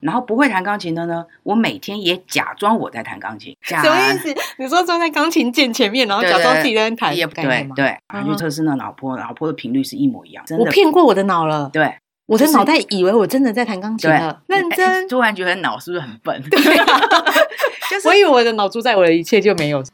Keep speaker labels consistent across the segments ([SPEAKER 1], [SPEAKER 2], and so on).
[SPEAKER 1] 然后不会弹钢琴的呢，我每天也假装我在弹钢琴，假
[SPEAKER 2] 什么意思？你说坐在钢琴键前面，然后
[SPEAKER 1] 对
[SPEAKER 2] 假装
[SPEAKER 1] 对
[SPEAKER 2] 自己在那弹，
[SPEAKER 1] 也
[SPEAKER 2] 不对
[SPEAKER 1] 对对，啊，
[SPEAKER 2] 嗯
[SPEAKER 1] 就测试那脑波，脑波的频率是一模一样，真
[SPEAKER 2] 我
[SPEAKER 1] 的
[SPEAKER 2] 骗过我的脑了，
[SPEAKER 1] 对
[SPEAKER 2] 我的
[SPEAKER 1] 就是
[SPEAKER 2] 脑袋以为我真的在弹钢琴
[SPEAKER 1] 对
[SPEAKER 2] 了，，认
[SPEAKER 1] 哎
[SPEAKER 2] 真。
[SPEAKER 1] 突然觉得脑是不是很笨？
[SPEAKER 2] 对啊，
[SPEAKER 1] 就是
[SPEAKER 2] 我以为我的脑主宰我的一切就没有。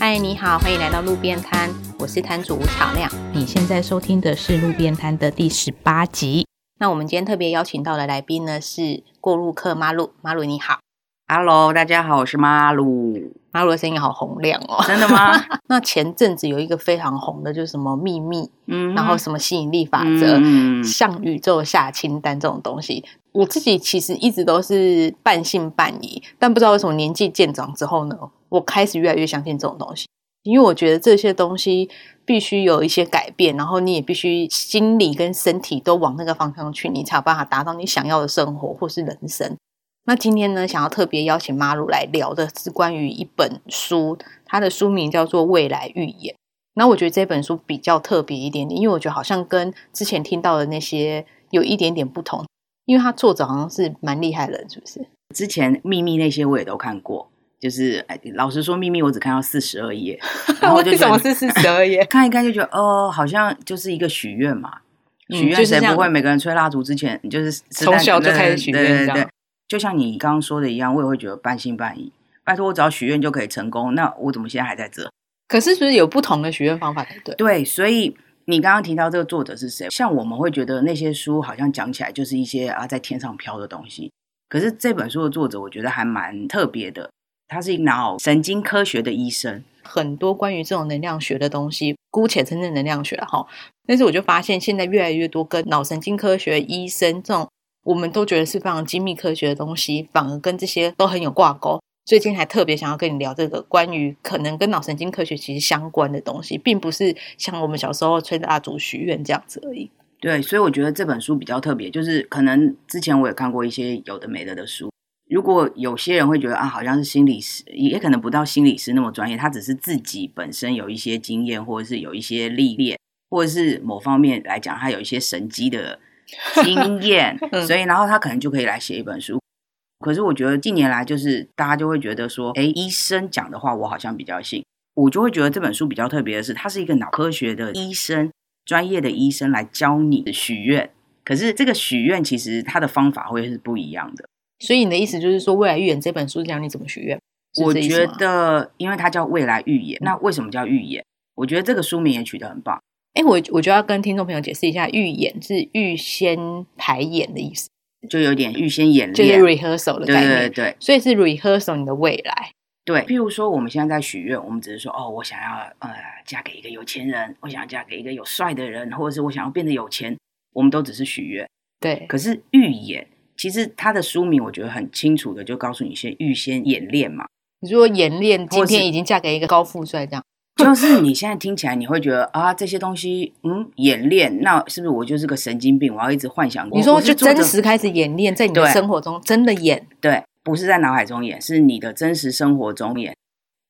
[SPEAKER 2] 嗨，你好，欢迎来到路边摊，我是摊主吴巧亮。你现在收听的是路边摊的第十八集。那我们今天特别邀请到的来宾呢是过路客马鲁，马鲁你好，
[SPEAKER 1] Hello，大家好，我是马鲁，
[SPEAKER 2] 马鲁的声音好洪亮哦。
[SPEAKER 1] 真的 吗？
[SPEAKER 2] 那前阵子有一个非常红的，就是什么秘密，
[SPEAKER 1] 嗯，
[SPEAKER 2] 然后什么吸引力法则，
[SPEAKER 1] 嗯嗯嗯
[SPEAKER 2] 向宇宙下清单这种东西，我自己其实一直都是半信半疑，但不知道为什么年纪渐长之后呢，我开始越来越相信这种东西，因为我觉得这些东西必须有一些改变，然后你也必须心理跟身体都往那个方向去，你才有办法达到你想要的生活或是人生。那今天呢，想要特别邀请马鲁来聊的是关于一本书，它的书名叫做《未来预言》。那我觉得这本书比较特别一点点，因为我觉得好像跟之前听到的那些有一点点不同，因为它作者好像是蛮厉害的人，是不是？
[SPEAKER 1] 之前秘密那些我也都看过，就是哎老实说，秘密我只看到四十二 页，然后我就
[SPEAKER 2] 为
[SPEAKER 1] 觉
[SPEAKER 2] 什
[SPEAKER 1] 得
[SPEAKER 2] 么是四十 二页？
[SPEAKER 1] 看一看就觉得哦，好像就是一个许愿嘛，
[SPEAKER 2] 嗯
[SPEAKER 1] 许愿
[SPEAKER 2] 就是
[SPEAKER 1] 谁
[SPEAKER 2] 这样
[SPEAKER 1] 不会？每个人吹蜡烛之前，你就是吃
[SPEAKER 2] 从
[SPEAKER 1] 蛋
[SPEAKER 2] 小就
[SPEAKER 1] 对
[SPEAKER 2] 开始许愿
[SPEAKER 1] 对对
[SPEAKER 2] 这样
[SPEAKER 1] 对，就像你刚刚说的一样，我也会觉得半信半疑。拜托，我只要许愿就可以成功，那我怎么现在还在这？
[SPEAKER 2] 可是是不是有不同的许愿方法才对？
[SPEAKER 1] 对，所以你刚刚提到这个作者是谁？像我们会觉得那些书好像讲起来就是一些啊在天上飘的东西，可是这本书的作者我觉得还蛮特别的，他是一个脑神经科学的医生。
[SPEAKER 2] 很多关于这种能量学的东西，姑且称之能量学了哈。但是我就发现现在越来越多跟脑神经科学、医生这种我们都觉得是非常精密科学的东西，反而跟这些都很有挂钩。所以今天还特别想要跟你聊这个关于可能跟脑神经科学其实相关的东西，并不是像我们小时候吹蜡烛许愿这样子而已。
[SPEAKER 1] 对，所以我觉得这本书比较特别，就是可能之前我也看过一些有的没的的书。如果有些人会觉得啊，好像是心理师，也可能不到心理师那么专业，他只是自己本身有一些经验，或者是有一些历练，或者是某方面来讲，他有一些神机的经验，
[SPEAKER 2] 嗯
[SPEAKER 1] 所以然后他可能就可以来写一本书。可是我觉得近年来就是大家就会觉得说，哎，医生讲的话我好像比较信，我就会觉得这本书比较特别的是，它是一个脑科学的医生，专业的医生来教你许愿。可是这个许愿其实它的方法会是不一样的。
[SPEAKER 2] 所以你的意思就是说，《未来预言》这本书教你怎么许愿？是
[SPEAKER 1] 我
[SPEAKER 2] 这意思
[SPEAKER 1] 觉
[SPEAKER 2] 吗，嗯
[SPEAKER 1] 得，因为它叫未来预言，那为什么叫预言？我觉得这个书名也取得很棒。
[SPEAKER 2] 哎，我我就要跟听众朋友解释一下，预演是预先排演的意思，
[SPEAKER 1] 就有点预先演
[SPEAKER 2] 就是
[SPEAKER 1] 练，
[SPEAKER 2] rehearsal 的
[SPEAKER 1] 对
[SPEAKER 2] 概念。
[SPEAKER 1] 对对
[SPEAKER 2] 所以是 rehearsal 你的未来。
[SPEAKER 1] 对。譬如说，我们现在在许愿，我们只是说，哦，我想要呃嫁给一个有钱人，我想要嫁给一个有帅的人，或者是我想要变得有钱，我们都只是许愿。
[SPEAKER 2] 对，
[SPEAKER 1] 可是预演，其实它的书名我觉得很清楚的就告诉你先预先演练嘛，
[SPEAKER 2] 你如果演练今
[SPEAKER 1] 或是
[SPEAKER 2] 天已经嫁给一个高富帅这样，
[SPEAKER 1] 就是你现在听起来你会觉得啊这些东西，嗯，演练，那是不是我就是个神经病？我要一直幻想我
[SPEAKER 2] 你说
[SPEAKER 1] 我是
[SPEAKER 2] 就
[SPEAKER 1] 做着
[SPEAKER 2] 真实开始演练，在你的
[SPEAKER 1] 对
[SPEAKER 2] 生活中真的演，
[SPEAKER 1] 对，不是在脑海中演，是你的真实生活中演。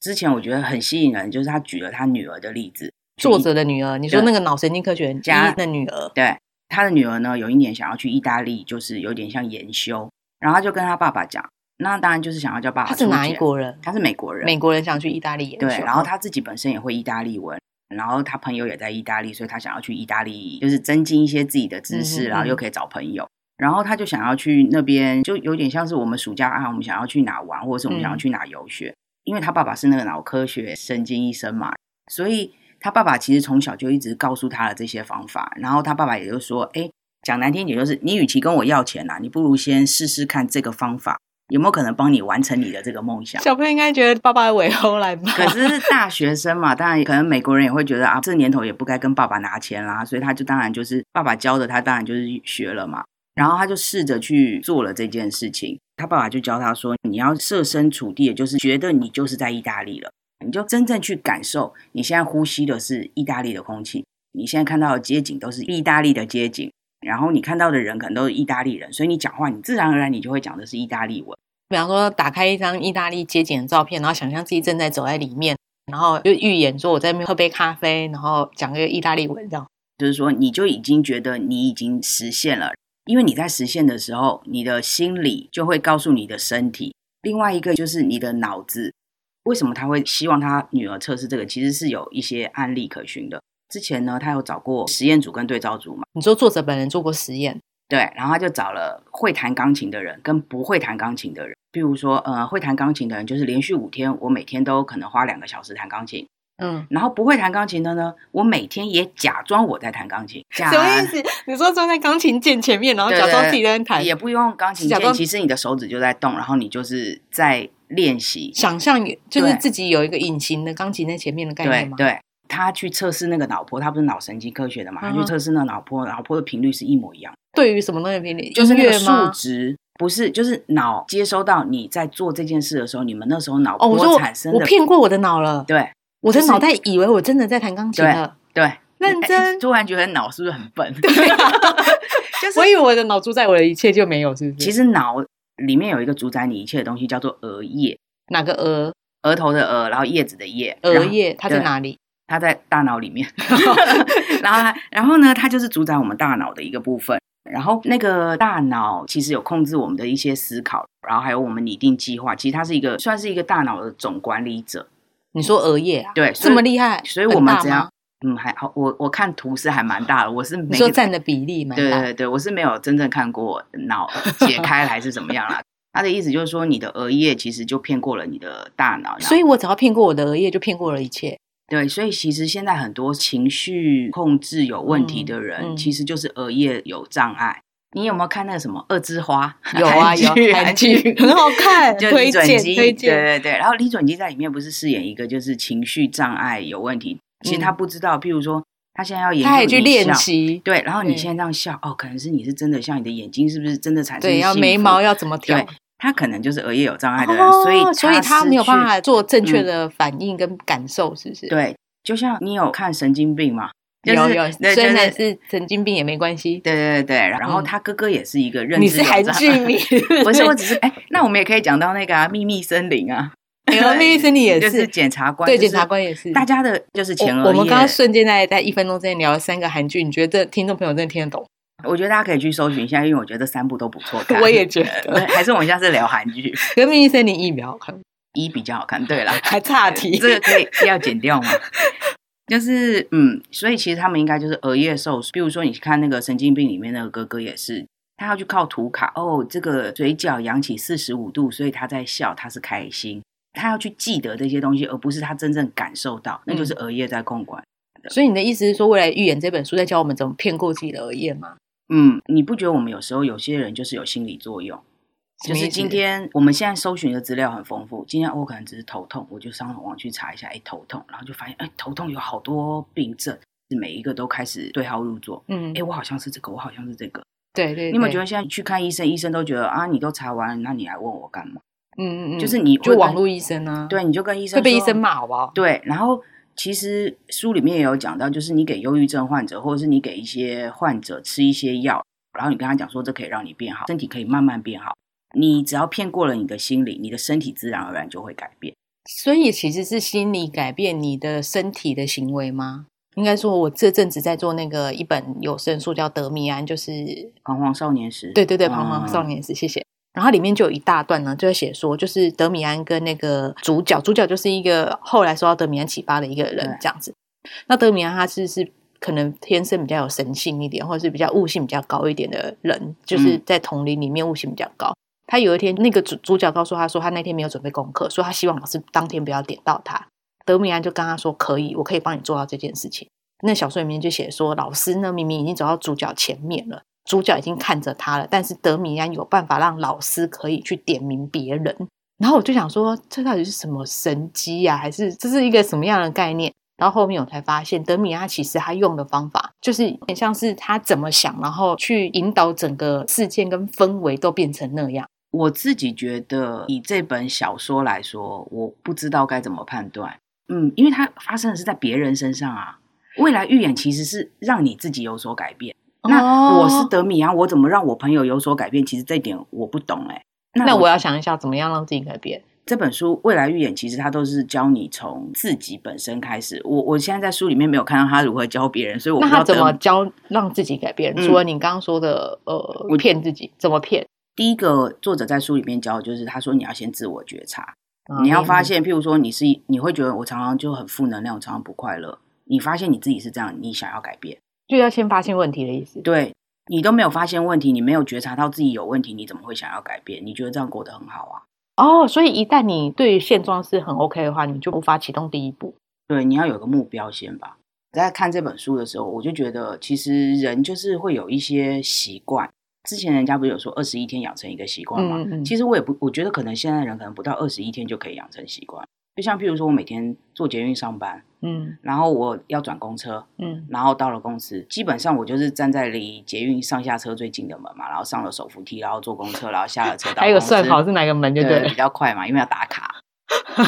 [SPEAKER 1] 之前我觉得很吸引人，就是他举了他女儿的例子，
[SPEAKER 2] 作者的女儿，你说
[SPEAKER 1] 对
[SPEAKER 2] 那个脑神经科学家
[SPEAKER 1] 家
[SPEAKER 2] 的女儿，
[SPEAKER 1] 对，他的女儿呢，有一年想要去意大利，就是有点像研修，然后他就跟他爸爸讲，那当然就是想要叫爸爸
[SPEAKER 2] 她
[SPEAKER 1] 出
[SPEAKER 2] 是
[SPEAKER 1] 钱。
[SPEAKER 2] 哪一？国人？
[SPEAKER 1] 他是美国人。
[SPEAKER 2] 美国人想去意大利研究，嗯
[SPEAKER 1] 对，然后他自己本身也会意大利文，然后他朋友也在意大利，所以他想要去意大利，就是增进一些自己的知
[SPEAKER 2] 嗯
[SPEAKER 1] 识，
[SPEAKER 2] 哼
[SPEAKER 1] 然后又可以找朋友。然后他就想要去那边，就有点像是我们暑假啊，我们想要去哪玩，或者是我们想要
[SPEAKER 2] 嗯
[SPEAKER 1] 去哪游学。因为他爸爸是那个脑科学神经医生嘛，所以他爸爸其实从小就一直告诉他的这些方法。然后他爸爸也就说：“哎，讲难听点，就是你与其跟我要钱呐、你不如先试试看这个方法有没有可能帮你完成你的这个梦想。”
[SPEAKER 2] 小朋友应该觉得爸爸尾后来吧？
[SPEAKER 1] 可是大学生嘛，当然可能美国人也会觉得啊，这年头也不该跟爸爸拿钱啦，所以他就当然就是爸爸教的，他当然就是学了嘛。然后他就试着去做了这件事情，他爸爸就教他说，你要设身处地，就是觉得你就是在意大利了，你就真正去感受你现在呼吸的是意大利的空气，你现在看到的街景都是意大利的街景。然后你看到的人可能都是意大利人，所以你讲话，你自然而然你就会讲的是意大利文。
[SPEAKER 2] 比方说，打开一张意大利街景的照片，然后想象自己正在走在里面，然后就预演说我在那边喝杯咖啡，然后讲个意大利文这样。
[SPEAKER 1] 就是说你就已经觉得你已经实现了，因为你在实现的时候，你的心理就会告诉你的身体。另外一个就是你的脑子，为什么他会希望他女儿测试这个？其实是有一些案例可循的。之前呢，他有找过实验组跟对照组嘛，
[SPEAKER 2] 你说作者本人做过实验，
[SPEAKER 1] 对，然后他就找了会弹钢琴的人跟不会弹钢琴的人。比如说，呃，会弹钢琴的人就是连续五天，我每天都可能花两个小时弹钢琴。
[SPEAKER 2] 嗯，
[SPEAKER 1] 然后不会弹钢琴的呢，我每天也假装我在弹钢琴，假
[SPEAKER 2] 什么意思？你说站在钢琴键前面，然后
[SPEAKER 1] 对
[SPEAKER 2] 假装
[SPEAKER 1] 对
[SPEAKER 2] 自己在那弹，
[SPEAKER 1] 也不用钢琴
[SPEAKER 2] 假
[SPEAKER 1] 键，
[SPEAKER 2] 装
[SPEAKER 1] 其实你的手指就在动，然后你就是在练习。
[SPEAKER 2] 想象有就是
[SPEAKER 1] 对
[SPEAKER 2] 自己有一个隐形的钢琴在前面的概念
[SPEAKER 1] 对
[SPEAKER 2] 吗？
[SPEAKER 1] 对，他去测试那个脑波，他不是脑神经科学的嘛？他
[SPEAKER 2] 嗯
[SPEAKER 1] 去
[SPEAKER 2] 哼
[SPEAKER 1] 测试那个脑波，脑波的频率是一模一样，
[SPEAKER 2] 对于什么东西的评
[SPEAKER 1] 就是
[SPEAKER 2] 音
[SPEAKER 1] 那个
[SPEAKER 2] 乐
[SPEAKER 1] 数
[SPEAKER 2] 吗？
[SPEAKER 1] 值。不是，就是脑接收到你在做这件事的时候，你们那时候脑
[SPEAKER 2] 哦，我说
[SPEAKER 1] 波
[SPEAKER 2] 我
[SPEAKER 1] 产生的，
[SPEAKER 2] 我骗过我的脑了，
[SPEAKER 1] 对
[SPEAKER 2] 我的
[SPEAKER 1] 就是
[SPEAKER 2] 脑袋以为我真的在弹钢琴
[SPEAKER 1] 对
[SPEAKER 2] 了，
[SPEAKER 1] 对，
[SPEAKER 2] 认
[SPEAKER 1] 哎
[SPEAKER 2] 真。
[SPEAKER 1] 突然觉得脑是不是很笨？
[SPEAKER 2] 对啊
[SPEAKER 1] 就是
[SPEAKER 2] 我以为我的脑主宰我的一切就没有，是不是？
[SPEAKER 1] 其实
[SPEAKER 2] 实
[SPEAKER 1] 脑里面有一个主宰你一切的东西，叫做额叶，
[SPEAKER 2] 哪个额
[SPEAKER 1] 额头的额，然后叶子的叶，
[SPEAKER 2] 额
[SPEAKER 1] 然后
[SPEAKER 2] 叶它在
[SPEAKER 1] 对
[SPEAKER 2] 哪里？
[SPEAKER 1] 它在大脑里面。 然后呢，然后呢，它就是主宰我们大脑的一个部分。然后那个大脑其实有控制我们的一些思考，然后还有我们拟定计划。其实它是一个算是一个大脑的总管理者。
[SPEAKER 2] 你说额叶啊？
[SPEAKER 1] 对，
[SPEAKER 2] 这
[SPEAKER 1] 所以
[SPEAKER 2] 么厉害，
[SPEAKER 1] 所以我们
[SPEAKER 2] 很大
[SPEAKER 1] 只要
[SPEAKER 2] 吗
[SPEAKER 1] 嗯还好，我我看图是还蛮大的，我是
[SPEAKER 2] 你
[SPEAKER 1] 没
[SPEAKER 2] 说占的比例蛮
[SPEAKER 1] 对
[SPEAKER 2] 大，
[SPEAKER 1] 对对，我是没有真正看过脑解开来是怎么 样啦。他的意思就是说，你的额叶其实就骗过了你的大脑，
[SPEAKER 2] 所以我只要骗过我的额叶，就骗过了 一切。
[SPEAKER 1] 对，所以其实现在很多情绪控制有问题的人，
[SPEAKER 2] 嗯嗯
[SPEAKER 1] 其实就是额叶有障碍。你有没有看那个什么《二之花》
[SPEAKER 2] 有啊
[SPEAKER 1] 韩剧
[SPEAKER 2] 有
[SPEAKER 1] 韩
[SPEAKER 2] 韩
[SPEAKER 1] 剧
[SPEAKER 2] 剧 很好看，
[SPEAKER 1] 就
[SPEAKER 2] 推
[SPEAKER 1] 李准
[SPEAKER 2] 荐
[SPEAKER 1] 基，
[SPEAKER 2] 推
[SPEAKER 1] 对
[SPEAKER 2] 荐。
[SPEAKER 1] 对对。然后李准基在里面不是饰演一个就是情绪障碍有问题，其实他
[SPEAKER 2] 嗯
[SPEAKER 1] 不知道，譬如说他现在要研究
[SPEAKER 2] 他还去
[SPEAKER 1] 你
[SPEAKER 2] 练
[SPEAKER 1] 笑
[SPEAKER 2] 习，
[SPEAKER 1] 对，然后你
[SPEAKER 2] 对
[SPEAKER 1] 现在这样笑，哦，可能是你是真的笑，你的眼睛是不是真的产生
[SPEAKER 2] 对，要
[SPEAKER 1] 幸
[SPEAKER 2] 眉
[SPEAKER 1] 福
[SPEAKER 2] 毛要怎么挑
[SPEAKER 1] 对，他可能就是额叶有障碍的人，
[SPEAKER 2] 哦
[SPEAKER 1] 所以
[SPEAKER 2] 所以他没有
[SPEAKER 1] 失去嗯
[SPEAKER 2] 办法做正确的反应跟感受，是不是？，
[SPEAKER 1] 对。就像你有看神经病嘛？就是
[SPEAKER 2] 有有，
[SPEAKER 1] 对
[SPEAKER 2] 虽然
[SPEAKER 1] 就是
[SPEAKER 2] 是神经病也没关系。
[SPEAKER 1] 对对对，然后
[SPEAKER 2] 嗯
[SPEAKER 1] 他哥哥也是一个认知
[SPEAKER 2] 你是
[SPEAKER 1] 有
[SPEAKER 2] 韩
[SPEAKER 1] 障
[SPEAKER 2] 剧
[SPEAKER 1] 碍
[SPEAKER 2] 迷，
[SPEAKER 1] 不是，我只是哎，那我们也可以讲到那个啊，秘密森林啊，
[SPEAKER 2] 哎呦秘密森林也
[SPEAKER 1] 就是
[SPEAKER 2] 是
[SPEAKER 1] 检察官，
[SPEAKER 2] 对
[SPEAKER 1] 就是
[SPEAKER 2] 检察官也是。
[SPEAKER 1] 大家的就是前额
[SPEAKER 2] 我我们
[SPEAKER 1] 叶
[SPEAKER 2] 刚刚瞬间在在一分钟之内聊了三个韩剧，你觉得这听众朋友真的听得懂？
[SPEAKER 1] 我觉得大家可以去搜寻一下，因为我觉得三部都不错看。
[SPEAKER 2] 我也觉
[SPEAKER 1] 对
[SPEAKER 2] 得，
[SPEAKER 1] 还是我们下次聊韩剧，
[SPEAKER 2] 跟《秘密森林》一秒看
[SPEAKER 1] 一比较好看。对啦，
[SPEAKER 2] 还差题。
[SPEAKER 1] 这个可以要剪掉吗？ 就是嗯，所以其实他们应该就是额叶受损。比如说，你看那个神经病里面那个哥哥也是，他要去靠涂卡哦，这个嘴角扬起四十五度，所以他在笑，他是开心。他要去记得这些东西，而不是他真正感受到，那就是额叶在控管。
[SPEAKER 2] 所以你的意思是说，未来预言这本书在教我们怎么骗过自己的额叶吗？
[SPEAKER 1] 嗯，你不觉得我们有时候有些人就是有心理作用？
[SPEAKER 2] 什
[SPEAKER 1] 就
[SPEAKER 2] 么意思
[SPEAKER 1] 是今天我们现在搜寻的资料很丰富，今天我可能只是头痛，我就上网去查一下，哎，头痛，然后就发现，哎，头痛有好多病症，每一个都开始对号入座。
[SPEAKER 2] 嗯，
[SPEAKER 1] 哎，我好像是这个，我好像是这个。
[SPEAKER 2] 对对，
[SPEAKER 1] 你有没有
[SPEAKER 2] 对
[SPEAKER 1] 觉得现在去看医生，医生都觉得啊，你都查完了，那你来问我干嘛？
[SPEAKER 2] 嗯嗯嗯，
[SPEAKER 1] 就是你会
[SPEAKER 2] 就
[SPEAKER 1] 跟
[SPEAKER 2] 网络医生啊，，
[SPEAKER 1] 对，你就跟医生
[SPEAKER 2] 会被医
[SPEAKER 1] 说
[SPEAKER 2] 生骂好不好？
[SPEAKER 1] 对，然后其实书里面也有讲到，就是你给忧郁症患者，或者是你给一些患者吃一些药，然后你跟他讲说这可以让你变好，身体可以慢慢变好。你只要骗过了你的心理，你的身体自然而然就会改变。
[SPEAKER 2] 所以其实是心理改变你的身体的行为吗？应该说，我这阵子在做那个一本有声书叫《德米安》，就是
[SPEAKER 1] 彷徨少年时，
[SPEAKER 2] 对对对，彷徨少
[SPEAKER 1] 嗯，
[SPEAKER 2] 年时，谢谢。然后里面就有一大段呢，就在写说，就是德米安跟那个主角，主角就是一个后来受到德米安启发的一个人
[SPEAKER 1] 对，
[SPEAKER 2] 这样子。那德米安他是是可能天生比较有神性一点，或者是比较悟性比较高一点的人，就是
[SPEAKER 1] 嗯
[SPEAKER 2] 在同龄里面悟性比较高。他有一天，那个主主角告诉他说，他那天没有准备功课，说他希望老师当天不要点到他。德米安就跟他说：“可以，我可以帮你做到这件事情。”那小说里面就写说，老师呢明明已经走到主角前面了，主角已经看着他了，但是德米安有办法让老师可以去点名别人。然后我就想说，这到底是什么神机呀、还是这是一个什么样的概念？然后后面我才发现，德米安其实他用的方法就是很像是他怎么想，然后去引导整个事件跟氛围都变成那样。
[SPEAKER 1] 我自己觉得以这本小说来说，我不知道该怎么判断。嗯，因为它发生的是在别人身上啊。未来预演其实是让你自己有所改变。那我是
[SPEAKER 2] 哦
[SPEAKER 1] 德米安，啊我怎么让我朋友有所改变？其实这一点我不懂哎、
[SPEAKER 2] 那我要想一下怎么样让自己改变。
[SPEAKER 1] 这本书《未来预演》其实它都是教你从自己本身开始。我我现在在书里面没有看到他如何教别人，所以我不
[SPEAKER 2] 那
[SPEAKER 1] 知道
[SPEAKER 2] 他怎么
[SPEAKER 1] 德
[SPEAKER 2] 教让自己改变？
[SPEAKER 1] 嗯
[SPEAKER 2] 除了你刚刚说的，呃，骗自己怎么骗？
[SPEAKER 1] 第一个作者在书里面教的就是他说你要先自我觉察，
[SPEAKER 2] 嗯
[SPEAKER 1] 你要发，现，譬如说你是你会觉得我常常就很负能量，我常常不快乐。你发现你自己是这样，你想要改变，
[SPEAKER 2] 就要先发现问题的意思。
[SPEAKER 1] 对你都没有发现问题，你没有觉察到自己有问题，你怎么会想要改变？你觉得这样过得很好啊？
[SPEAKER 2] 哦，所以一旦你对于现状是很 OK 的话，你就无法启动第一步。
[SPEAKER 1] 对，你要有个目标先吧。在看这本书的时候，我就觉得其实人就是会有一些习惯。之前人家不是有说二十一天养成一个习惯吗？
[SPEAKER 2] 嗯嗯
[SPEAKER 1] 其实我也不，我觉得可能现在人可能不到二十一天就可以养成习惯。就像譬如说，我每天坐捷运上班，
[SPEAKER 2] 嗯
[SPEAKER 1] 然后我要转公车，
[SPEAKER 2] 嗯
[SPEAKER 1] 然后到了公司，基本上我就是站在离捷运上下车最近的门嘛，然后上了手扶梯，然后坐公车，然后下了车到公司。
[SPEAKER 2] 还有算好是哪个门就对了
[SPEAKER 1] 比较快嘛，因为要打卡。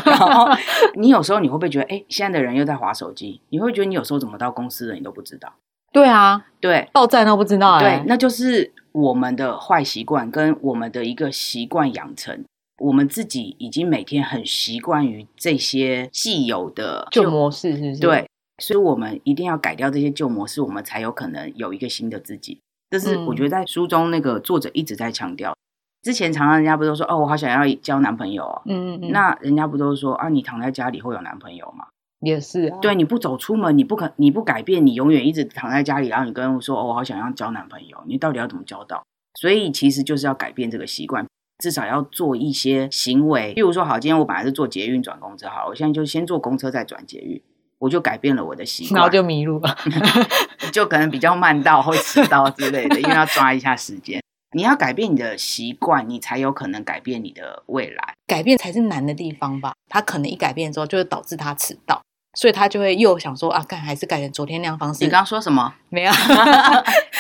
[SPEAKER 1] 然后你有时候你会不会觉得，哎、现在的人又在划手机？你会觉得你有时候怎么到公司了，你都不知道。
[SPEAKER 2] 对啊，
[SPEAKER 1] 对
[SPEAKER 2] 到站都不知道哎、
[SPEAKER 1] 对，那就是我们的坏习惯跟我们的一个习惯养成。我们自己已经每天很习惯于这些既有的
[SPEAKER 2] 旧模式是不是？，
[SPEAKER 1] 对，所以我们一定要改掉这些旧模式，我们才有可能有一个新的自己。这是
[SPEAKER 2] 嗯
[SPEAKER 1] 我觉得在书中那个作者一直在强调。之前常常人家不都说哦，我好想要交男朋友哦。
[SPEAKER 2] 嗯嗯嗯，
[SPEAKER 1] 那人家不都说啊，你躺在家里会有男朋友吗？
[SPEAKER 2] 也是啊，
[SPEAKER 1] 对，你不走出门，你不可，你不改变，你永远一直躺在家里，然后你跟我说哦，我好想要交男朋友，你到底要怎么交到？所以其实就是要改变这个习惯，至少要做一些行为，譬如说，好，今天我本来是坐捷运转公车，好了，我现在就先坐公车再转捷运，我就改变了我的习惯，
[SPEAKER 2] 然后就迷路了。
[SPEAKER 1] 就可能比较慢到会迟到之类的，因为要抓一下时间。你要改变你的习惯，你才有可能改变你的未来。
[SPEAKER 2] 改变才是难的地方吧。他可能一改变之后，就会导致他迟到，所以他就会又想说啊，干还是改成昨天那样方式。
[SPEAKER 1] 你刚刚说什么？
[SPEAKER 2] 没有，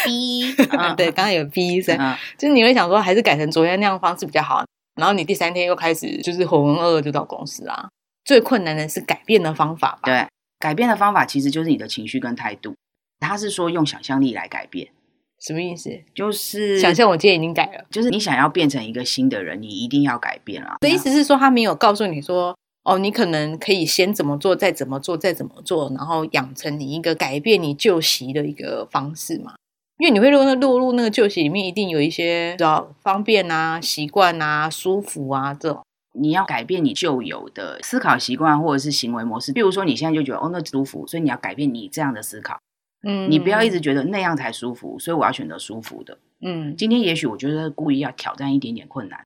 [SPEAKER 1] 逼
[SPEAKER 2] 对，刚刚有 B 医生，
[SPEAKER 1] 嗯
[SPEAKER 2] 就是你会想说还是改成昨天那样方式比较好。然后你第三天又开始就是浑浑噩噩就到公司啊。最困难的是改变的方法吧。
[SPEAKER 1] 对，改变的方法其实就是你的情绪跟态度。他是说用想象力来改变，
[SPEAKER 2] 什么意思？
[SPEAKER 1] 就是
[SPEAKER 2] 想，象我今天已经改了。
[SPEAKER 1] 就是你想要变成一个新的人，你一定要改变啊。
[SPEAKER 2] 的意思是说，他没有告诉你说，哦，你可能可以先怎么做，再怎么做，再怎么做，然后养成你一个改变你旧习的一个方式嘛。因为你会落入落入那个旧习里面，一定有一些比较方便啊、习惯啊、舒服啊这种。
[SPEAKER 1] 你要改变你旧有的思考习惯或者是行为模式。比如说，你现在就觉得哦那舒服，所以你要改变你这样的思考。
[SPEAKER 2] 嗯
[SPEAKER 1] 你不要一直觉得那样才舒服，所以我要选择舒服的。
[SPEAKER 2] 嗯
[SPEAKER 1] 今天也许我觉得故意要挑战一点点困难，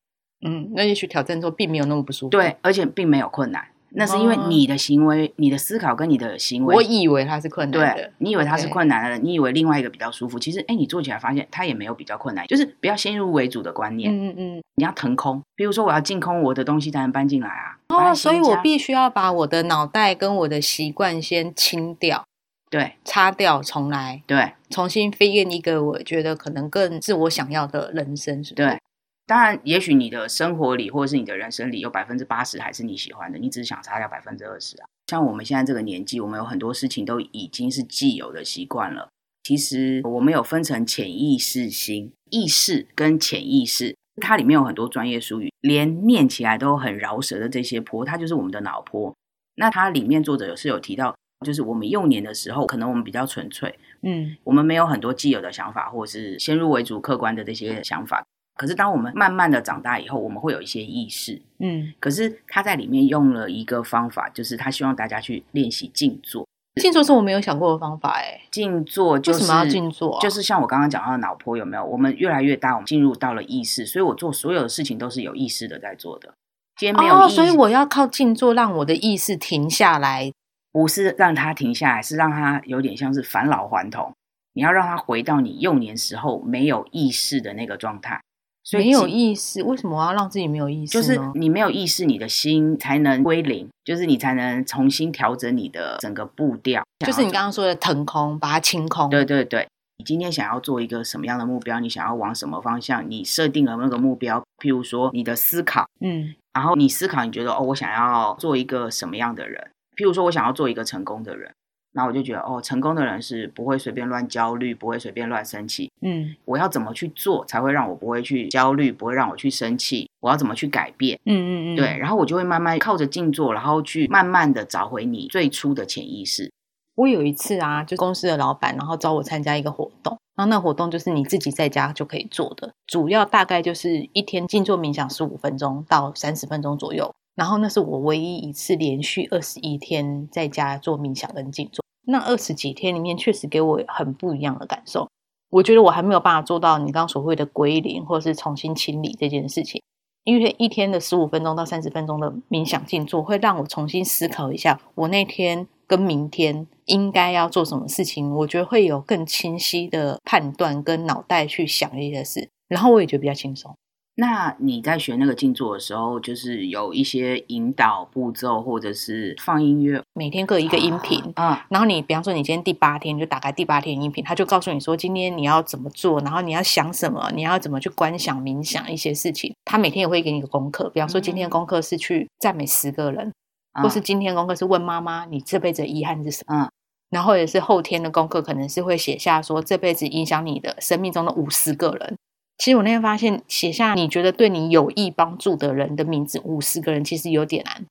[SPEAKER 2] 嗯，那也许挑战之后并没有那么不舒服。，
[SPEAKER 1] 对，而且并没有困难，那是因为
[SPEAKER 2] 嗯哦
[SPEAKER 1] 你的行为、你的思考跟你的行为
[SPEAKER 2] 我以为它是困难
[SPEAKER 1] 对
[SPEAKER 2] 的，
[SPEAKER 1] 你以为它是
[SPEAKER 2] OK
[SPEAKER 1] 困难的，你以为另外一个比较舒服，其实哎，你做起来发现它也没有比较困难，就是不要先入为主的观念，
[SPEAKER 2] 嗯嗯嗯。
[SPEAKER 1] 你要腾空。比如说我要净空我的东西才能搬进来啊，搬
[SPEAKER 2] 哦，
[SPEAKER 1] 新
[SPEAKER 2] 所以我
[SPEAKER 1] 家
[SPEAKER 2] 必须要把我的脑袋跟我的习惯先清掉、
[SPEAKER 1] 对
[SPEAKER 2] 擦掉，重来。
[SPEAKER 1] 对
[SPEAKER 2] 重新飞燕一个我觉得可能更是我想要的人生，是不是
[SPEAKER 1] 对。当然，也许你的生活里或者是你的人生里有百分之八十还是你喜欢的，你只是想差掉百分之二十啊。像我们现在这个年纪，我们有很多事情都已经是既有的习惯了。其实我们有分成潜意识型、意识跟潜意识，它里面有很多专业术语，连念起来都很饶舌的这些波，它就是我们的脑波。那它里面作者有是有提到，就是我们幼年的时候，可能我们比较纯粹，
[SPEAKER 2] 嗯，
[SPEAKER 1] 我们没有很多既有的想法，或者是先入为主、客观的这些想法。可是，当我们慢慢的长大以后，我们会有一些意识。
[SPEAKER 2] 嗯，
[SPEAKER 1] 可是他在里面用了一个方法，就是他希望大家去练习静坐。
[SPEAKER 2] 静坐是我没有想过的方法哎、
[SPEAKER 1] 静坐就
[SPEAKER 2] 为
[SPEAKER 1] 是
[SPEAKER 2] 什么要静坐啊、
[SPEAKER 1] 就是像我刚刚讲到的脑波有没有？我们越来越大，我们进入到了意识，所以我做所有的事情都是有意识的在做的。今天没有
[SPEAKER 2] 哦，
[SPEAKER 1] 意识，
[SPEAKER 2] 所以我要靠静坐让我的意识停下来。
[SPEAKER 1] 不是让它停下来，是让它有点像是返老还童。你要让它回到你幼年时候没有意识的那个状态。所以
[SPEAKER 2] 没有
[SPEAKER 1] 静
[SPEAKER 2] 意识，为什么我要让自己没有意识
[SPEAKER 1] 就
[SPEAKER 2] 呢？
[SPEAKER 1] 是你没有意识，你的心才能归零，就是你才能重新调整你的整个步调。
[SPEAKER 2] 就是你
[SPEAKER 1] 想要
[SPEAKER 2] 刚刚说的腾空，把它清空。
[SPEAKER 1] 对对对，你今天想要做一个什么样的目标，你想要往什么方向，你设定了那个目标，譬如说你的思考，
[SPEAKER 2] 嗯
[SPEAKER 1] 然后你思考，你觉得哦，我想要做一个什么样的人？譬如说我想要做一个成功的人，那我就觉得哦，成功的人是不会随便乱焦虑，不会随便乱生气。
[SPEAKER 2] 嗯，
[SPEAKER 1] 我要怎么去做才会让我不会去焦虑，不会让我去生气？我要怎么去改变？
[SPEAKER 2] 嗯嗯嗯，
[SPEAKER 1] 对，，然后我就会慢慢靠着静坐，然后去慢慢的找回你最初的潜意识。
[SPEAKER 2] 我有一次啊，就公司的老板，然后找我参加一个活动，然后那活动就是你自己在家就可以做的，主要大概就是一天静坐冥想十五分钟到三十分钟左右。然后那是我唯一一次连续二十一天在家做冥想跟静坐。那二十几天里面，确实给我很不一样的感受。我觉得我还没有办法做到你刚刚所谓的归零，或是重新清理这件事情。因为一天的十五分钟到三十分钟的冥想静坐，会让我重新思考一下我那天跟明天应该要做什么事情。我觉得会有更清晰的判断，跟脑袋去想这些事，然后我也觉得比较轻松。
[SPEAKER 1] 那你在学那个静坐的时候，就是有一些引导步骤，或者是放音乐
[SPEAKER 2] 每天各一个音频，
[SPEAKER 1] 啊，
[SPEAKER 2] 然后你比方说你今天第八天，你就打开第八天音频，他就告诉你说今天你要怎么做，然后你要想什么，你要怎么去观想、冥想一些事情。他每天也会给你一个功课，比方说今天的功课是去赞美十个人，
[SPEAKER 1] 啊
[SPEAKER 2] 或是今天的功课是问妈妈你这辈子的遗憾是什么，
[SPEAKER 1] 嗯
[SPEAKER 2] 然后或者是后天的功课可能是会写下说这辈子影响你的生命中的五十个人。其实我那天发现，写下你觉得对你有益帮助的人的名字五十个人，其实有点难。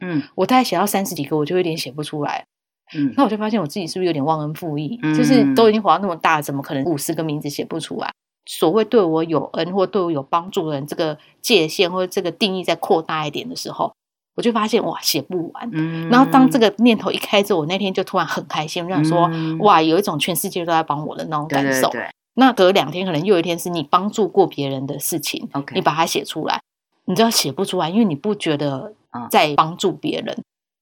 [SPEAKER 1] 嗯
[SPEAKER 2] 我大概写到三十几个，我就有点写不出来。
[SPEAKER 1] 嗯
[SPEAKER 2] 那我就发现我自己是不是有点忘恩负义？
[SPEAKER 1] 嗯
[SPEAKER 2] 就是都已经活到那么大，怎么可能五十个名字写不出来？所谓对我有恩或对我有帮助的人，这个界限或者这个定义再扩大一点的时候，我就发现哇，写不完。
[SPEAKER 1] 嗯
[SPEAKER 2] 然后当这
[SPEAKER 1] 个
[SPEAKER 2] 个念头一开之后，我那天就突然很开心，我想说、哇，有一种全世界都在帮我的那种
[SPEAKER 1] 对
[SPEAKER 2] 感
[SPEAKER 1] 嗯对
[SPEAKER 2] 受。
[SPEAKER 1] 对
[SPEAKER 2] 那隔两天，可能又有一天是你帮助过别人的事情，
[SPEAKER 1] ，OK，
[SPEAKER 2] 你把它写出来，你知道写不出来，因为你不觉得
[SPEAKER 1] 嗯
[SPEAKER 2] 在帮助别人，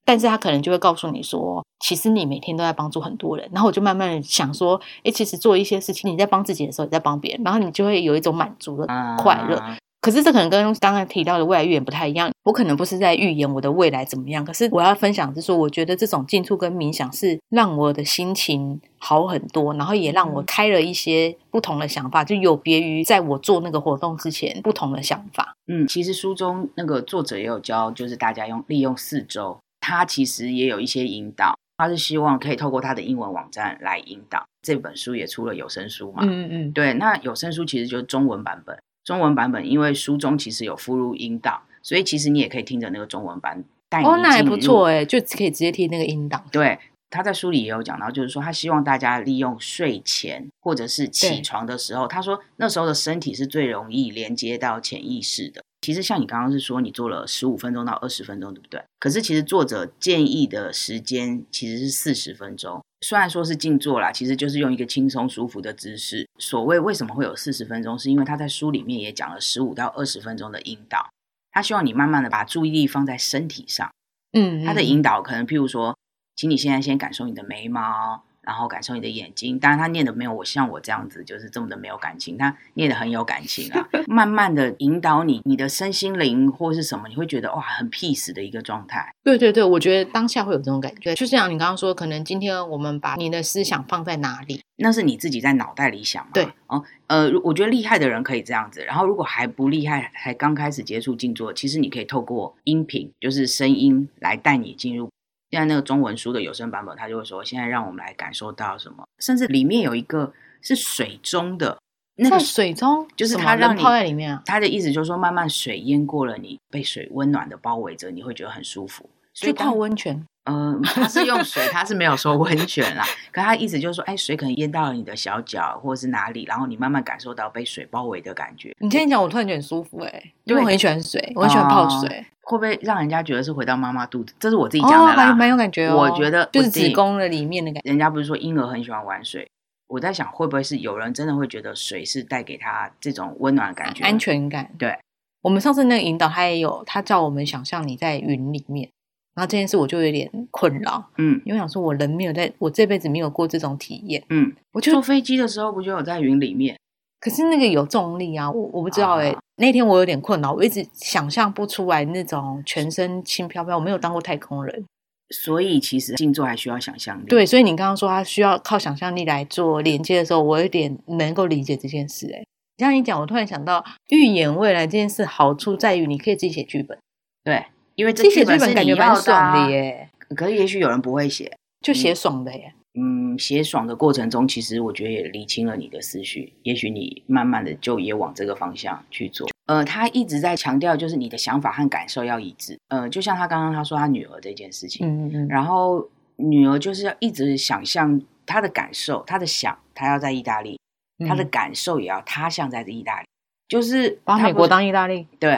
[SPEAKER 2] 但是他可能就会告诉你说，其实你每天都在帮助很多人。然后我就慢慢的想说，诶，其实做一些事情，你在帮自己的时候，也在帮别人，然后你就会有一种满足的
[SPEAKER 1] 啊
[SPEAKER 2] 快乐。可是这可能跟刚刚提到的未来预言不太一样，我可能不是在预言我的未来怎么样，可是我要分享的是说，我觉得这种静坐跟冥想是让我的心情好很多，然后也让我开了一些不同的想法，就有别于在我做那个活动之前不同的想法。
[SPEAKER 1] 嗯，其实书中那个作者也有教，就是大家用利用四周，他其实也有一些引导，他是希望可以透过他的英文网站来引导。这本书也出了有声书嘛，
[SPEAKER 2] 嗯嗯
[SPEAKER 1] 对，那有声书其实就是中文版本，中文版本因为书中其实有附入引导，所以其实你也可以听着那个中文版带你
[SPEAKER 2] 哦，那还
[SPEAKER 1] 进
[SPEAKER 2] 不
[SPEAKER 1] 入
[SPEAKER 2] 错哎，就可以直接听那个音档。
[SPEAKER 1] 对，他在书里也有讲到，就是说他希望大家利用睡前或者是
[SPEAKER 2] 对
[SPEAKER 1] 起床的时候，他说那时候的身体是最容易连接到潜意识的。其实像你刚刚是说你做了十五分钟到二十分钟，对不对？可是其实作者建议的时间其实是四十分钟。虽然说是静坐啦，其实就是用一个轻松舒服的姿势。所谓为什么会有四十分钟，是因为他在书里面也讲了十五到二十分钟的引导。他希望你慢慢的把注意力放在身体上。
[SPEAKER 2] 嗯，
[SPEAKER 1] 它的
[SPEAKER 2] 音
[SPEAKER 1] 引导可能譬如说，请你现在先感受你的眉毛，然后感受你的眼睛。当然，他念的没有我像我这样子，就是这么的没有感情，他念的很有感情啊。慢慢的引导你，你的身心灵或是什么，你会觉得哇，很 peace 的一个状态。
[SPEAKER 2] 对对对，我觉得当下会有这种感觉，就像你刚刚说，可能今天我们把你的思想放在哪里，
[SPEAKER 1] 那是你自己在脑袋里想嘛？
[SPEAKER 2] 对，
[SPEAKER 1] 哦，呃，如我觉得厉害的人可以这样子，然后如果还不厉害，还刚开始接触静坐，其实你可以透过音频，就是声音来带你进入。现在那个中文书的有声版本，它就会说，现在让我们来感受到什么，甚至里面有一个是水中的那个
[SPEAKER 2] 在水中，
[SPEAKER 1] 就是
[SPEAKER 2] 什么
[SPEAKER 1] 它让
[SPEAKER 2] 人
[SPEAKER 1] 你
[SPEAKER 2] 泡在里面啊，
[SPEAKER 1] 他的意思就是说，慢慢水淹过了你，被水温暖的包围着，你会觉得很舒服。所
[SPEAKER 2] 去
[SPEAKER 1] 以
[SPEAKER 2] 泡
[SPEAKER 1] 当
[SPEAKER 2] 温泉。
[SPEAKER 1] 嗯，他是用水，他是没有说温泉啦。可他意思就是说，哎，水可能淹到了你的小脚或者是哪里，然后你慢慢感受到被水包围的感觉，
[SPEAKER 2] 你今天讲，我突然觉得很舒服哎、因
[SPEAKER 1] 对哦
[SPEAKER 2] 为我很喜欢水，我很喜欢泡水，
[SPEAKER 1] 会不会让人家觉得是回到妈妈肚子？这是我自己
[SPEAKER 2] 哦，
[SPEAKER 1] 讲的啦。
[SPEAKER 2] 蛮蛮有感觉哦。
[SPEAKER 1] 我觉得
[SPEAKER 2] 就
[SPEAKER 1] 我
[SPEAKER 2] 是
[SPEAKER 1] 自
[SPEAKER 2] 子
[SPEAKER 1] 己
[SPEAKER 2] 宫的里面的感觉。
[SPEAKER 1] 人家不是说婴儿很喜欢玩水，我在想会不会是有人真的会觉得水是带给他这种温暖的感觉？
[SPEAKER 2] 安全感。
[SPEAKER 1] 对，
[SPEAKER 2] 我们上次那个引导他也有，他叫我们想象你在云里面，然后这件事我就有点困扰，
[SPEAKER 1] 嗯
[SPEAKER 2] 因为我想说我人没有在，我这辈子没有过这种体验，
[SPEAKER 1] 嗯，
[SPEAKER 2] 我就
[SPEAKER 1] 坐飞机的时候不就有在云里面？
[SPEAKER 2] 可是那个有重力啊，我我不知道哎、
[SPEAKER 1] 啊
[SPEAKER 2] 那天我有点困扰，我一直想象不出来那种全身轻飘飘，我没有当过太空人，
[SPEAKER 1] 所以其实静坐还需要想象力。
[SPEAKER 2] 对，所以你刚刚说他需要靠想象力来做连接的时候，我有点能够理解这件事、欸。哎，这样一讲，我突然想到，预言未来这件事好处在于你可以自己写剧本，
[SPEAKER 1] 对，因为
[SPEAKER 2] 自
[SPEAKER 1] 这
[SPEAKER 2] 己写剧
[SPEAKER 1] 是
[SPEAKER 2] 本感
[SPEAKER 1] 你
[SPEAKER 2] 觉蛮
[SPEAKER 1] 要的啊
[SPEAKER 2] 爽的。耶，
[SPEAKER 1] 可是也许有人不会写，
[SPEAKER 2] 就写爽的耶。
[SPEAKER 1] 嗯，写爽的过程中，其实我觉得也理清了你的思绪，也许你慢慢的就也往这个方向去做。呃，他一直在强调就是你的想法和感受要一致。呃，就像他刚刚他说他女儿这件事情，
[SPEAKER 2] 嗯嗯
[SPEAKER 1] 然后女儿就是要一直想象她的感受，她的想，她要在意大利，
[SPEAKER 2] 嗯，
[SPEAKER 1] 她的感受也要她像在意大利，就是
[SPEAKER 2] 把
[SPEAKER 1] 她
[SPEAKER 2] 美
[SPEAKER 1] 不
[SPEAKER 2] 国
[SPEAKER 1] 是
[SPEAKER 2] 当意大利，
[SPEAKER 1] 对，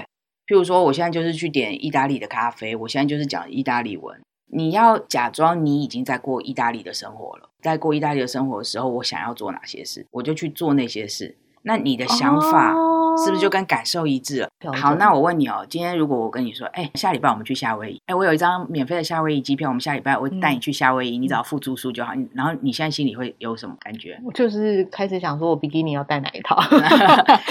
[SPEAKER 1] 譬如说，我现在就是去点意大利的咖啡，我现在就是讲意大利文。你要假装你已经在过意大利的生活了，在过意大利的生活的时候，我想要做哪些事，我就去做那些事。那你的想法
[SPEAKER 2] 哦
[SPEAKER 1] 是不是就跟感受一致了？
[SPEAKER 2] 了
[SPEAKER 1] 好，
[SPEAKER 2] 解
[SPEAKER 1] 那我问你哦，今天如果我跟你说，哎，下礼拜我们去夏威夷，哎，我有一张免费的夏威夷机票，我们下礼拜我带
[SPEAKER 2] 嗯
[SPEAKER 1] 你去夏威夷，你只要付住宿就好。你然后你现在心里会有什么感觉？
[SPEAKER 2] 我就是开始想说我比基尼要带哪 一套？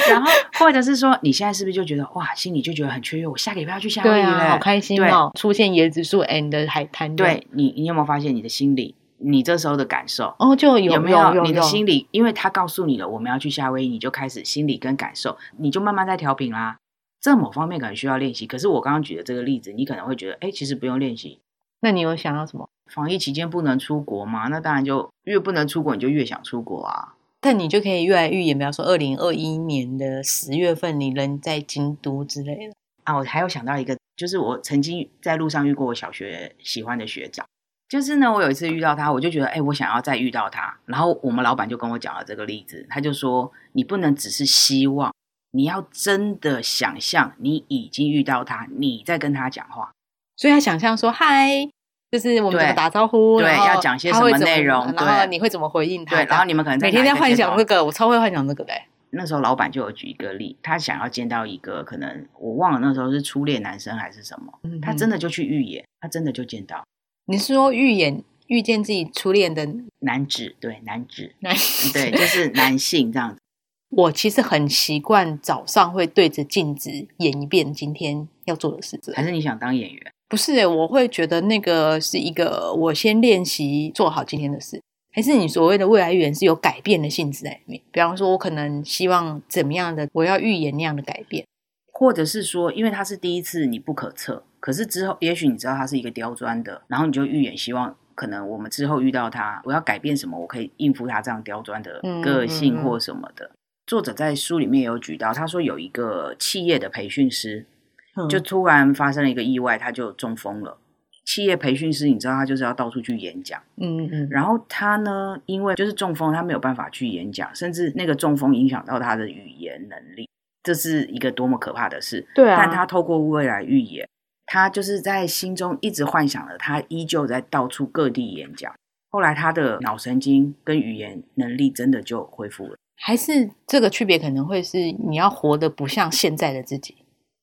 [SPEAKER 1] 然后或者是说，你现在是不是就觉得哇，心里就觉得很雀跃，我下个礼拜要去夏威
[SPEAKER 2] 对
[SPEAKER 1] 夷
[SPEAKER 2] 啊，
[SPEAKER 1] 了，
[SPEAKER 2] 好开心哦，出现椰子树 and 的海滩，
[SPEAKER 1] 对你，你有没有发现你的心里，你这时候的感受？
[SPEAKER 2] 哦，就有
[SPEAKER 1] 没有
[SPEAKER 2] 有
[SPEAKER 1] 你的
[SPEAKER 2] 有
[SPEAKER 1] 心里？因为他告诉你了，我们要去夏威夷，你就开始心里跟感受，你就慢慢在调频啦。这某方面可能需要练习，可是我刚刚举的这个例子，你可能会觉得，哎，其实不用练习。
[SPEAKER 2] 那你有想要什么？
[SPEAKER 1] 防疫期间不能出国嘛？那当然就越不能出国，你就越想出国啊。
[SPEAKER 2] 但你就可以越来越演，比方说二零二一年的十月份，你人在京都之类的。
[SPEAKER 1] 啊，我还有想到一个，就是我曾经在路上遇过我小学喜欢的学长，就是呢，我有一次遇到他，我就觉得，哎、我想要再遇到他。然后我们老板就跟我讲了这个例子，他就说，你不能只是希望，你要真的想象你已经遇到他，你在跟他讲话，
[SPEAKER 2] 所以他想象说嗨，就是我
[SPEAKER 1] 对
[SPEAKER 2] 们怎么打招呼，
[SPEAKER 1] 对
[SPEAKER 2] 然后
[SPEAKER 1] 要讲些
[SPEAKER 2] 他
[SPEAKER 1] 什
[SPEAKER 2] 会
[SPEAKER 1] 么
[SPEAKER 2] 怎
[SPEAKER 1] 内容
[SPEAKER 2] 然后
[SPEAKER 1] 对
[SPEAKER 2] 你会怎么回应他？
[SPEAKER 1] 对，
[SPEAKER 2] 这
[SPEAKER 1] 然后
[SPEAKER 2] 样
[SPEAKER 1] 你们可能
[SPEAKER 2] 每天在
[SPEAKER 1] 哪一个
[SPEAKER 2] 幻
[SPEAKER 1] 阶
[SPEAKER 2] 想
[SPEAKER 1] 段
[SPEAKER 2] 这个，我超会幻想这个的欸。
[SPEAKER 1] 那时候老板就有举一个例，他想要见到一个可能我忘了那时候是初恋男生还是什么，嗯他真
[SPEAKER 2] 的，
[SPEAKER 1] 的就去预演，他真的就见到
[SPEAKER 2] 你是说预演遇见自己初恋的
[SPEAKER 1] 男子，对男 子，
[SPEAKER 2] 男？
[SPEAKER 1] 对，就是男性这样子。
[SPEAKER 2] 我其实很习惯早上会对着镜子演一遍今天要做的事情。
[SPEAKER 1] 还是你想当演员？
[SPEAKER 2] 不是欸、我会觉得那个是一个我先练习做好今天的事，还是你所谓的未来预言是有改变的性质在里面？比方说，我可能希望怎么样的，我要预言那样的改变。
[SPEAKER 1] 或者是说，因为它是第一次，你不可测，可是之后也许你知道它是一个刁钻的，然后你就预演希望。可能我们之后遇到他，我要改变什么，我可以应付他这样刁钻的
[SPEAKER 2] 嗯
[SPEAKER 1] 个
[SPEAKER 2] 嗯
[SPEAKER 1] 性
[SPEAKER 2] 嗯
[SPEAKER 1] 或什么的。作者在书里面也有举到，他说有一个企业的培训师，就
[SPEAKER 2] 就
[SPEAKER 1] 突然发生了一个意外，他就中风了。企业培训师，你知道他就是要到处去演讲，
[SPEAKER 2] 嗯嗯，
[SPEAKER 1] 然后他呢，因为就是中风，他没有办法去演讲，甚至那个中风影响到他的语言能力，这是一个多么可怕的事。
[SPEAKER 2] 对啊，
[SPEAKER 1] 但他透过未来预言，他就是在心中一直幻想了，他依旧在到处各地演讲。后来他的脑神经跟语言能力真的就恢复了。
[SPEAKER 2] 还是这个区别可能会是你要活得不像现在的自己。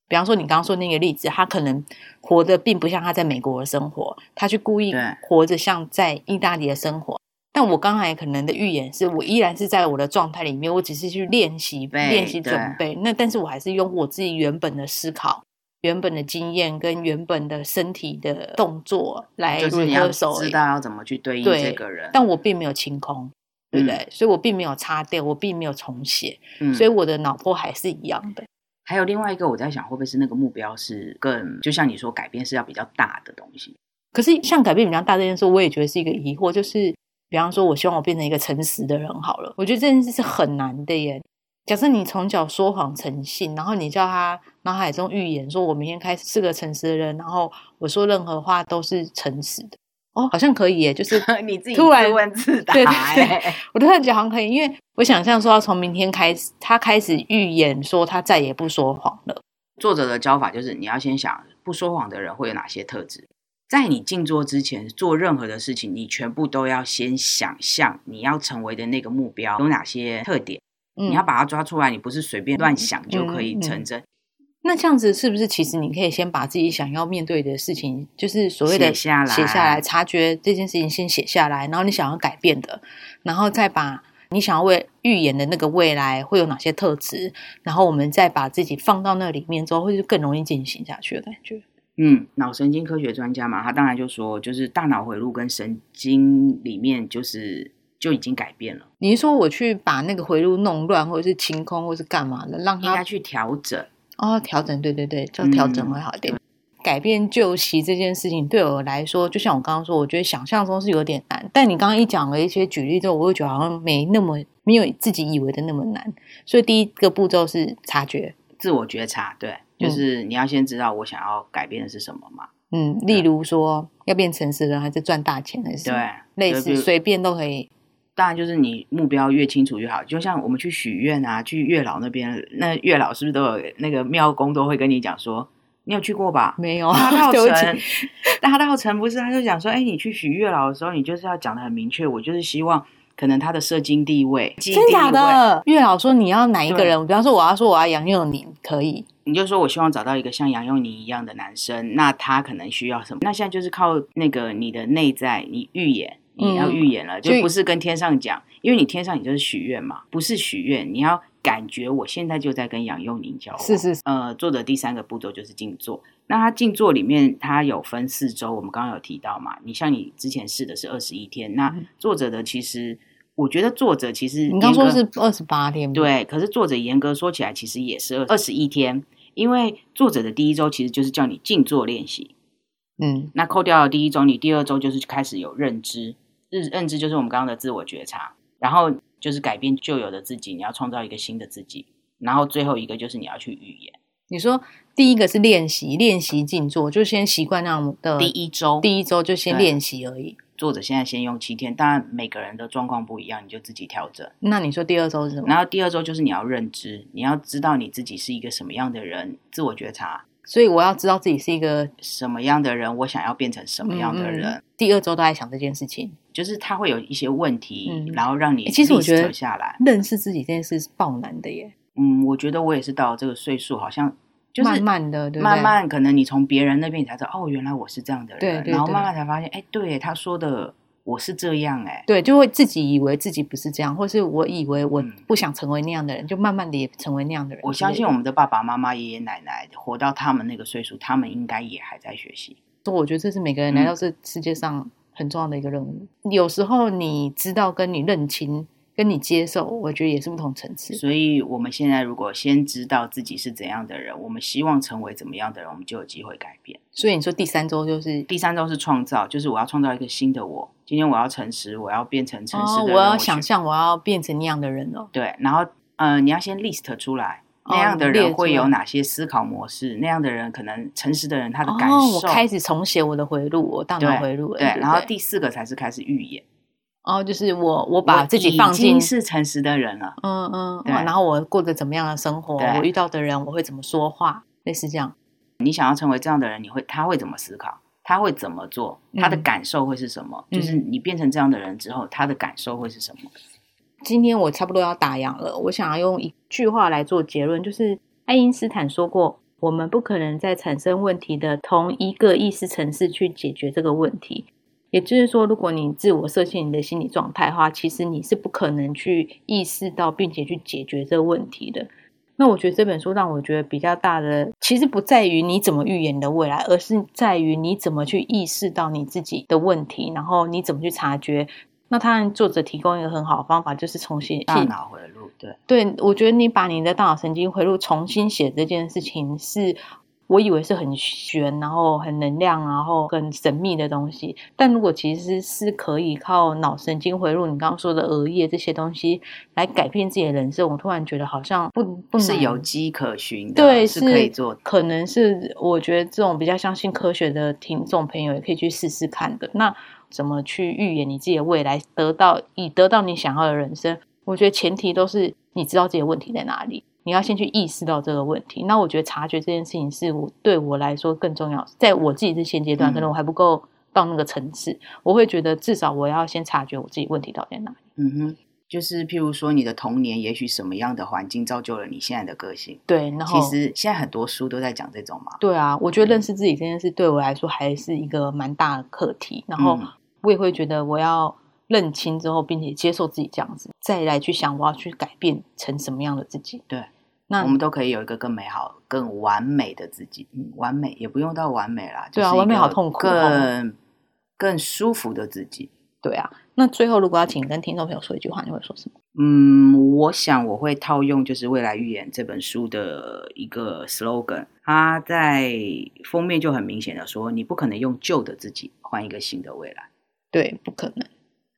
[SPEAKER 2] 比方说你刚刚说那个例子，他可能活得并不像他在美国的生活，他去故意
[SPEAKER 1] 对
[SPEAKER 2] 活着像在意大利的生活。但我刚才可能的预言是我依然是在我的状态里面，我只是去练习
[SPEAKER 1] 对
[SPEAKER 2] 练习
[SPEAKER 1] 对
[SPEAKER 2] 准备。那但是我还是用我自己原本的思考、原本的经验跟原本的身体的动作来
[SPEAKER 1] 就是你要
[SPEAKER 2] rehearsal 而
[SPEAKER 1] 知
[SPEAKER 2] 已
[SPEAKER 1] 道要怎么去对应
[SPEAKER 2] 对
[SPEAKER 1] 这个人，
[SPEAKER 2] 但我并没有清空，对不对？所以我并没有擦掉，我并没有重写。
[SPEAKER 1] 嗯
[SPEAKER 2] 所以我的脑波还是一样的。
[SPEAKER 1] 还有另外一个，我在想，会不会是那个目标是更，就像你说，改变是要比较大的东西。
[SPEAKER 2] 可是像改变比较大这件事，我也觉得是一个疑惑，就是比方说，我希望我变成一个诚实的人好了，我觉得这件事是很难的耶。假设你从小说谎成性，然后你叫他脑海中预言说，我明天开始是个诚实的人，然后我说任何话都是诚实的，哦，好像可以 耶，就是
[SPEAKER 1] 你自己
[SPEAKER 2] 突然
[SPEAKER 1] 自问自答、
[SPEAKER 2] 对对
[SPEAKER 1] 欸，
[SPEAKER 2] 我突然觉得好像可以，因为我想象说，他从明天开始，他开始预言说他再也不说谎了。
[SPEAKER 1] 作者的教法就是，你要先想不说谎的人会有哪些特质。在你静坐之前，做任何的事情，你全部都要先想象你要成为的那个目标有哪些特点，
[SPEAKER 2] 嗯
[SPEAKER 1] 你要把它抓出来，你不是随便乱想就可以成真。
[SPEAKER 2] 那这样子是不是其实你可以先把自己想要面对的事情，就是所谓的
[SPEAKER 1] 写下来
[SPEAKER 2] 写下来，察觉这件事情先写下来，然后你想要改变的，然后再把你想要为预言的那个未来会有哪些特质，然后我们再把自己放到那里面之后，会是更容易进行下去的感觉。
[SPEAKER 1] 嗯，脑神经科学专家嘛，他当然就说，就是大脑回路跟神经里面就是就已经改变了，
[SPEAKER 2] 你是说我去把那个回路弄乱，或者是清空，或是干嘛的，让
[SPEAKER 1] 应
[SPEAKER 2] 它
[SPEAKER 1] 该去调整。
[SPEAKER 2] 哦，调整，对对对，叫调
[SPEAKER 1] 嗯
[SPEAKER 2] 整会好一点。改变旧习这件事情对我来说，就像我刚刚说，我觉得想象中是有点难。但你刚刚一讲了一些举例之后，我会觉得好像没那么没有自己以为的那么难。所以第一个步骤是察觉，
[SPEAKER 1] 自我觉察，对，就是你要先知道我想要改变的是什么嘛。
[SPEAKER 2] 嗯，例如说要变诚实人，还是赚大钱，还是
[SPEAKER 1] 对，
[SPEAKER 2] 类
[SPEAKER 1] 就比
[SPEAKER 2] 似
[SPEAKER 1] 如
[SPEAKER 2] 随便都可以。
[SPEAKER 1] 当然就是你目标越清楚越好。就像我们去许愿啊，去月老那边，那月老是不是都有那个庙公都会跟你讲说，你有去过 吧？
[SPEAKER 2] 没有啊
[SPEAKER 1] 大，道
[SPEAKER 2] 对不
[SPEAKER 1] 城
[SPEAKER 2] 起，，
[SPEAKER 1] 大道城不是，他就讲说，哎、你去许月老的时候，你就是要讲的很明确，我就是希望可能他的社经地位，
[SPEAKER 2] 真
[SPEAKER 1] 地
[SPEAKER 2] 假
[SPEAKER 1] 位，
[SPEAKER 2] 的？月老说你要哪一个
[SPEAKER 1] 对
[SPEAKER 2] 人？比方说我要说我要杨佑宁，可以。
[SPEAKER 1] 你就说我希望找到一个像杨佑宁一样的男生，那他可能需要什么？那现在就是靠那个你的内在，你预言，你要
[SPEAKER 2] 嗯
[SPEAKER 1] 预言了，就
[SPEAKER 2] 所以
[SPEAKER 1] 不是跟天上讲，因为你天上你就是许愿嘛，不是许愿，你要感觉我现在就在跟杨佑宁交往。
[SPEAKER 2] 是是是，
[SPEAKER 1] 呃，作者第三个步骤就是静坐。那它静坐里面，它有分四周，我们刚刚有提到嘛。你像你之前试的是二十一天，那作者的其实，我觉得作者其实
[SPEAKER 2] 嗯你刚说
[SPEAKER 1] 严格
[SPEAKER 2] 是二十八天吗，
[SPEAKER 1] 对，可是作者严格说起来，其实也是二二十一天，因为作者的第一周其实就是叫你静坐练习。
[SPEAKER 2] 嗯
[SPEAKER 1] 那扣掉了第一周，你第二周就是开始有认知，认认知就是我们刚刚的自我觉察，然后就是改变旧有的自己，你要创造一个新的自己，然后最后一个就是你要去语言。
[SPEAKER 2] 你说第一个是练习，练习静坐，就先习惯让我们的
[SPEAKER 1] 第一周，
[SPEAKER 2] 呃第一周就先
[SPEAKER 1] 对
[SPEAKER 2] 练习而已。
[SPEAKER 1] 作者现在先用七天，当然每个人的状况不一样，你就自己调整。
[SPEAKER 2] 那你说第二周是什么？
[SPEAKER 1] 然后第二周就是你要认知，你要知道你自己是一个什么样的人，自我觉察，
[SPEAKER 2] 所以我要知道自己是一个
[SPEAKER 1] 什么样的人，我想要变成什么样的人，
[SPEAKER 2] 嗯嗯第二周都在想这件事情，
[SPEAKER 1] 就是他会有一些问题，
[SPEAKER 2] 嗯
[SPEAKER 1] 然后让你
[SPEAKER 2] 欸其实我觉得
[SPEAKER 1] list 下来。
[SPEAKER 2] 认识自己这件事是爆难的耶，
[SPEAKER 1] 嗯，我觉得我也是到了这个岁数，好像就是
[SPEAKER 2] 慢慢的，对不对？
[SPEAKER 1] 慢慢可能你从别人那边你才知道，哦，原来我是这样的人，
[SPEAKER 2] 对对
[SPEAKER 1] 然后
[SPEAKER 2] 对
[SPEAKER 1] 慢慢才发现，哎，对他说的我是这样、哎，
[SPEAKER 2] 对，就会自己以为自己不是这样，或是我以为我
[SPEAKER 1] 嗯
[SPEAKER 2] 不想成为那样的人，就慢慢的也成为那样的人之类的。
[SPEAKER 1] 我相信我们的爸爸妈妈、爷爷奶奶活到他们那个岁数，他们应该也还在学习。
[SPEAKER 2] 所以我觉得这是每个人
[SPEAKER 1] 嗯
[SPEAKER 2] 来到这世界上很重要的一个任务。有时候你知道跟你认清、跟你接受，我觉得也是不同层次。
[SPEAKER 1] 所以，我们现在如果先知道自己是怎样的人，我们希望成为怎么样的人，我们就有机会改变。
[SPEAKER 2] 所以你说第三周就是
[SPEAKER 1] 第三周是创造，就是我要创造一个新的我。今天我要诚实，我要变成诚实
[SPEAKER 2] 哦，
[SPEAKER 1] 的人。
[SPEAKER 2] 我要
[SPEAKER 1] 去
[SPEAKER 2] 想象我要变成那样的人哦。
[SPEAKER 1] 对，然后呃，你要先 list 出来。
[SPEAKER 2] 哦
[SPEAKER 1] 那样的
[SPEAKER 2] 列出
[SPEAKER 1] 人
[SPEAKER 2] 来
[SPEAKER 1] 会有哪些思考模式？那样的人可能诚实的人，他的感
[SPEAKER 2] 哦，
[SPEAKER 1] 受、
[SPEAKER 2] 我开始重写我的回路，我大
[SPEAKER 1] 对
[SPEAKER 2] 脑回路了。
[SPEAKER 1] 对，
[SPEAKER 2] 不
[SPEAKER 1] 然后第四个才是开始预言，
[SPEAKER 2] 哦，就是我我把自己放
[SPEAKER 1] 我已
[SPEAKER 2] 进
[SPEAKER 1] 经是诚实的人了。
[SPEAKER 2] 嗯嗯，
[SPEAKER 1] 对
[SPEAKER 2] 嗯然后我过着怎么样的生活，
[SPEAKER 1] 对
[SPEAKER 2] 我遇到的人我会怎么说话，类似这样。
[SPEAKER 1] 你想要成为这样的人，你会他会怎么思考？他会怎么做？
[SPEAKER 2] 嗯
[SPEAKER 1] 他的感受会是什么？
[SPEAKER 2] 嗯
[SPEAKER 1] 就是你变成这样的人之后，他的感受会是什么？
[SPEAKER 2] 今天我差不多要打烊了，我想要用一句话来做结论，就是爱因斯坦说过，我们不可能在产生问题的同一个意识层次去解决这个问题。也就是说，如果你自我设限你的心理状态的话，其实你是不可能去意识到并且去解决这个问题的。那我觉得这本书让我觉得比较大的，其实不在于你怎么预言你的未来，而是在于你怎么去意识到你自己的问题，然后你怎么去察觉。那他然作者提供一个很好的方法，就是重新
[SPEAKER 1] 大脑回路，对，
[SPEAKER 2] 对，我觉得你把你的大脑神经回路重新写这件事情是。我以为是很玄，然后很能量，然后很神秘的东西。但如果其实是可以靠脑神经回路，你刚刚说的额叶这些东西来改变自己的人生，我突然觉得好像不不
[SPEAKER 1] 是
[SPEAKER 2] 难
[SPEAKER 1] 有迹可循的，
[SPEAKER 2] 对，
[SPEAKER 1] 是可以做的。
[SPEAKER 2] 可能是我觉得这种比较相信科学的听众朋友也可以去试试看的。那怎么去预言你自己的未来，得到以得到你想要的人生？我觉得前提都是你知道自己的问题在哪里，你要先去意识到这个问题。那我觉得察觉这件事情是我对我来说更重要，在我自己是现阶段，
[SPEAKER 1] 嗯
[SPEAKER 2] 可能我还不够到那个层次，我会觉得至少我要先察觉我自己问题到底在哪里。
[SPEAKER 1] 嗯哼，就是譬如说，你的童年也许什么样的环境造就了你现在的个性。
[SPEAKER 2] 对，然后
[SPEAKER 1] 其实现在很多书都在讲这种嘛，
[SPEAKER 2] 对啊，我觉
[SPEAKER 1] 嗯
[SPEAKER 2] 得认识自己这件事对我来说还是一个蛮大的课题。然后
[SPEAKER 1] 嗯
[SPEAKER 2] 我也会觉得我要认清之后，并且接受自己这样子，再来去想我要去改变成什么样的自己。
[SPEAKER 1] 对，
[SPEAKER 2] 那
[SPEAKER 1] 我们都可以有一个更美好、更完美的自己。嗯，完美也不用到完美啦，
[SPEAKER 2] 对
[SPEAKER 1] 就是
[SPEAKER 2] 啊
[SPEAKER 1] 一个
[SPEAKER 2] 完美好痛苦哦
[SPEAKER 1] 更更舒服的自己。
[SPEAKER 2] 对啊，那最后如果要请跟听众朋友说一句话，你会说什么？
[SPEAKER 1] 嗯，我想我会套用就是《未来预言》这本书的一个 slogan，它在封面就很明显的说，你不可能用旧的自己换一个新的未来，
[SPEAKER 2] 对，不可能。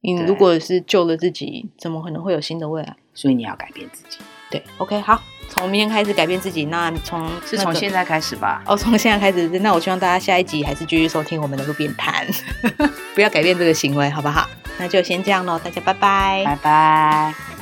[SPEAKER 2] 你
[SPEAKER 1] 对
[SPEAKER 2] 如果是救了自己，怎么可能会有新的未来？
[SPEAKER 1] 所以你要改变自己，
[SPEAKER 2] 对，OK，好，从明天开始改变自己。那从
[SPEAKER 1] 是从现
[SPEAKER 2] 在
[SPEAKER 1] 在开始吧。
[SPEAKER 2] 哦，从现在开始。那我希望大家下一集还是继续收听我们的路边摊， 不要改变这个行为，好不好？那就先这样喽，大家拜拜
[SPEAKER 1] 拜拜。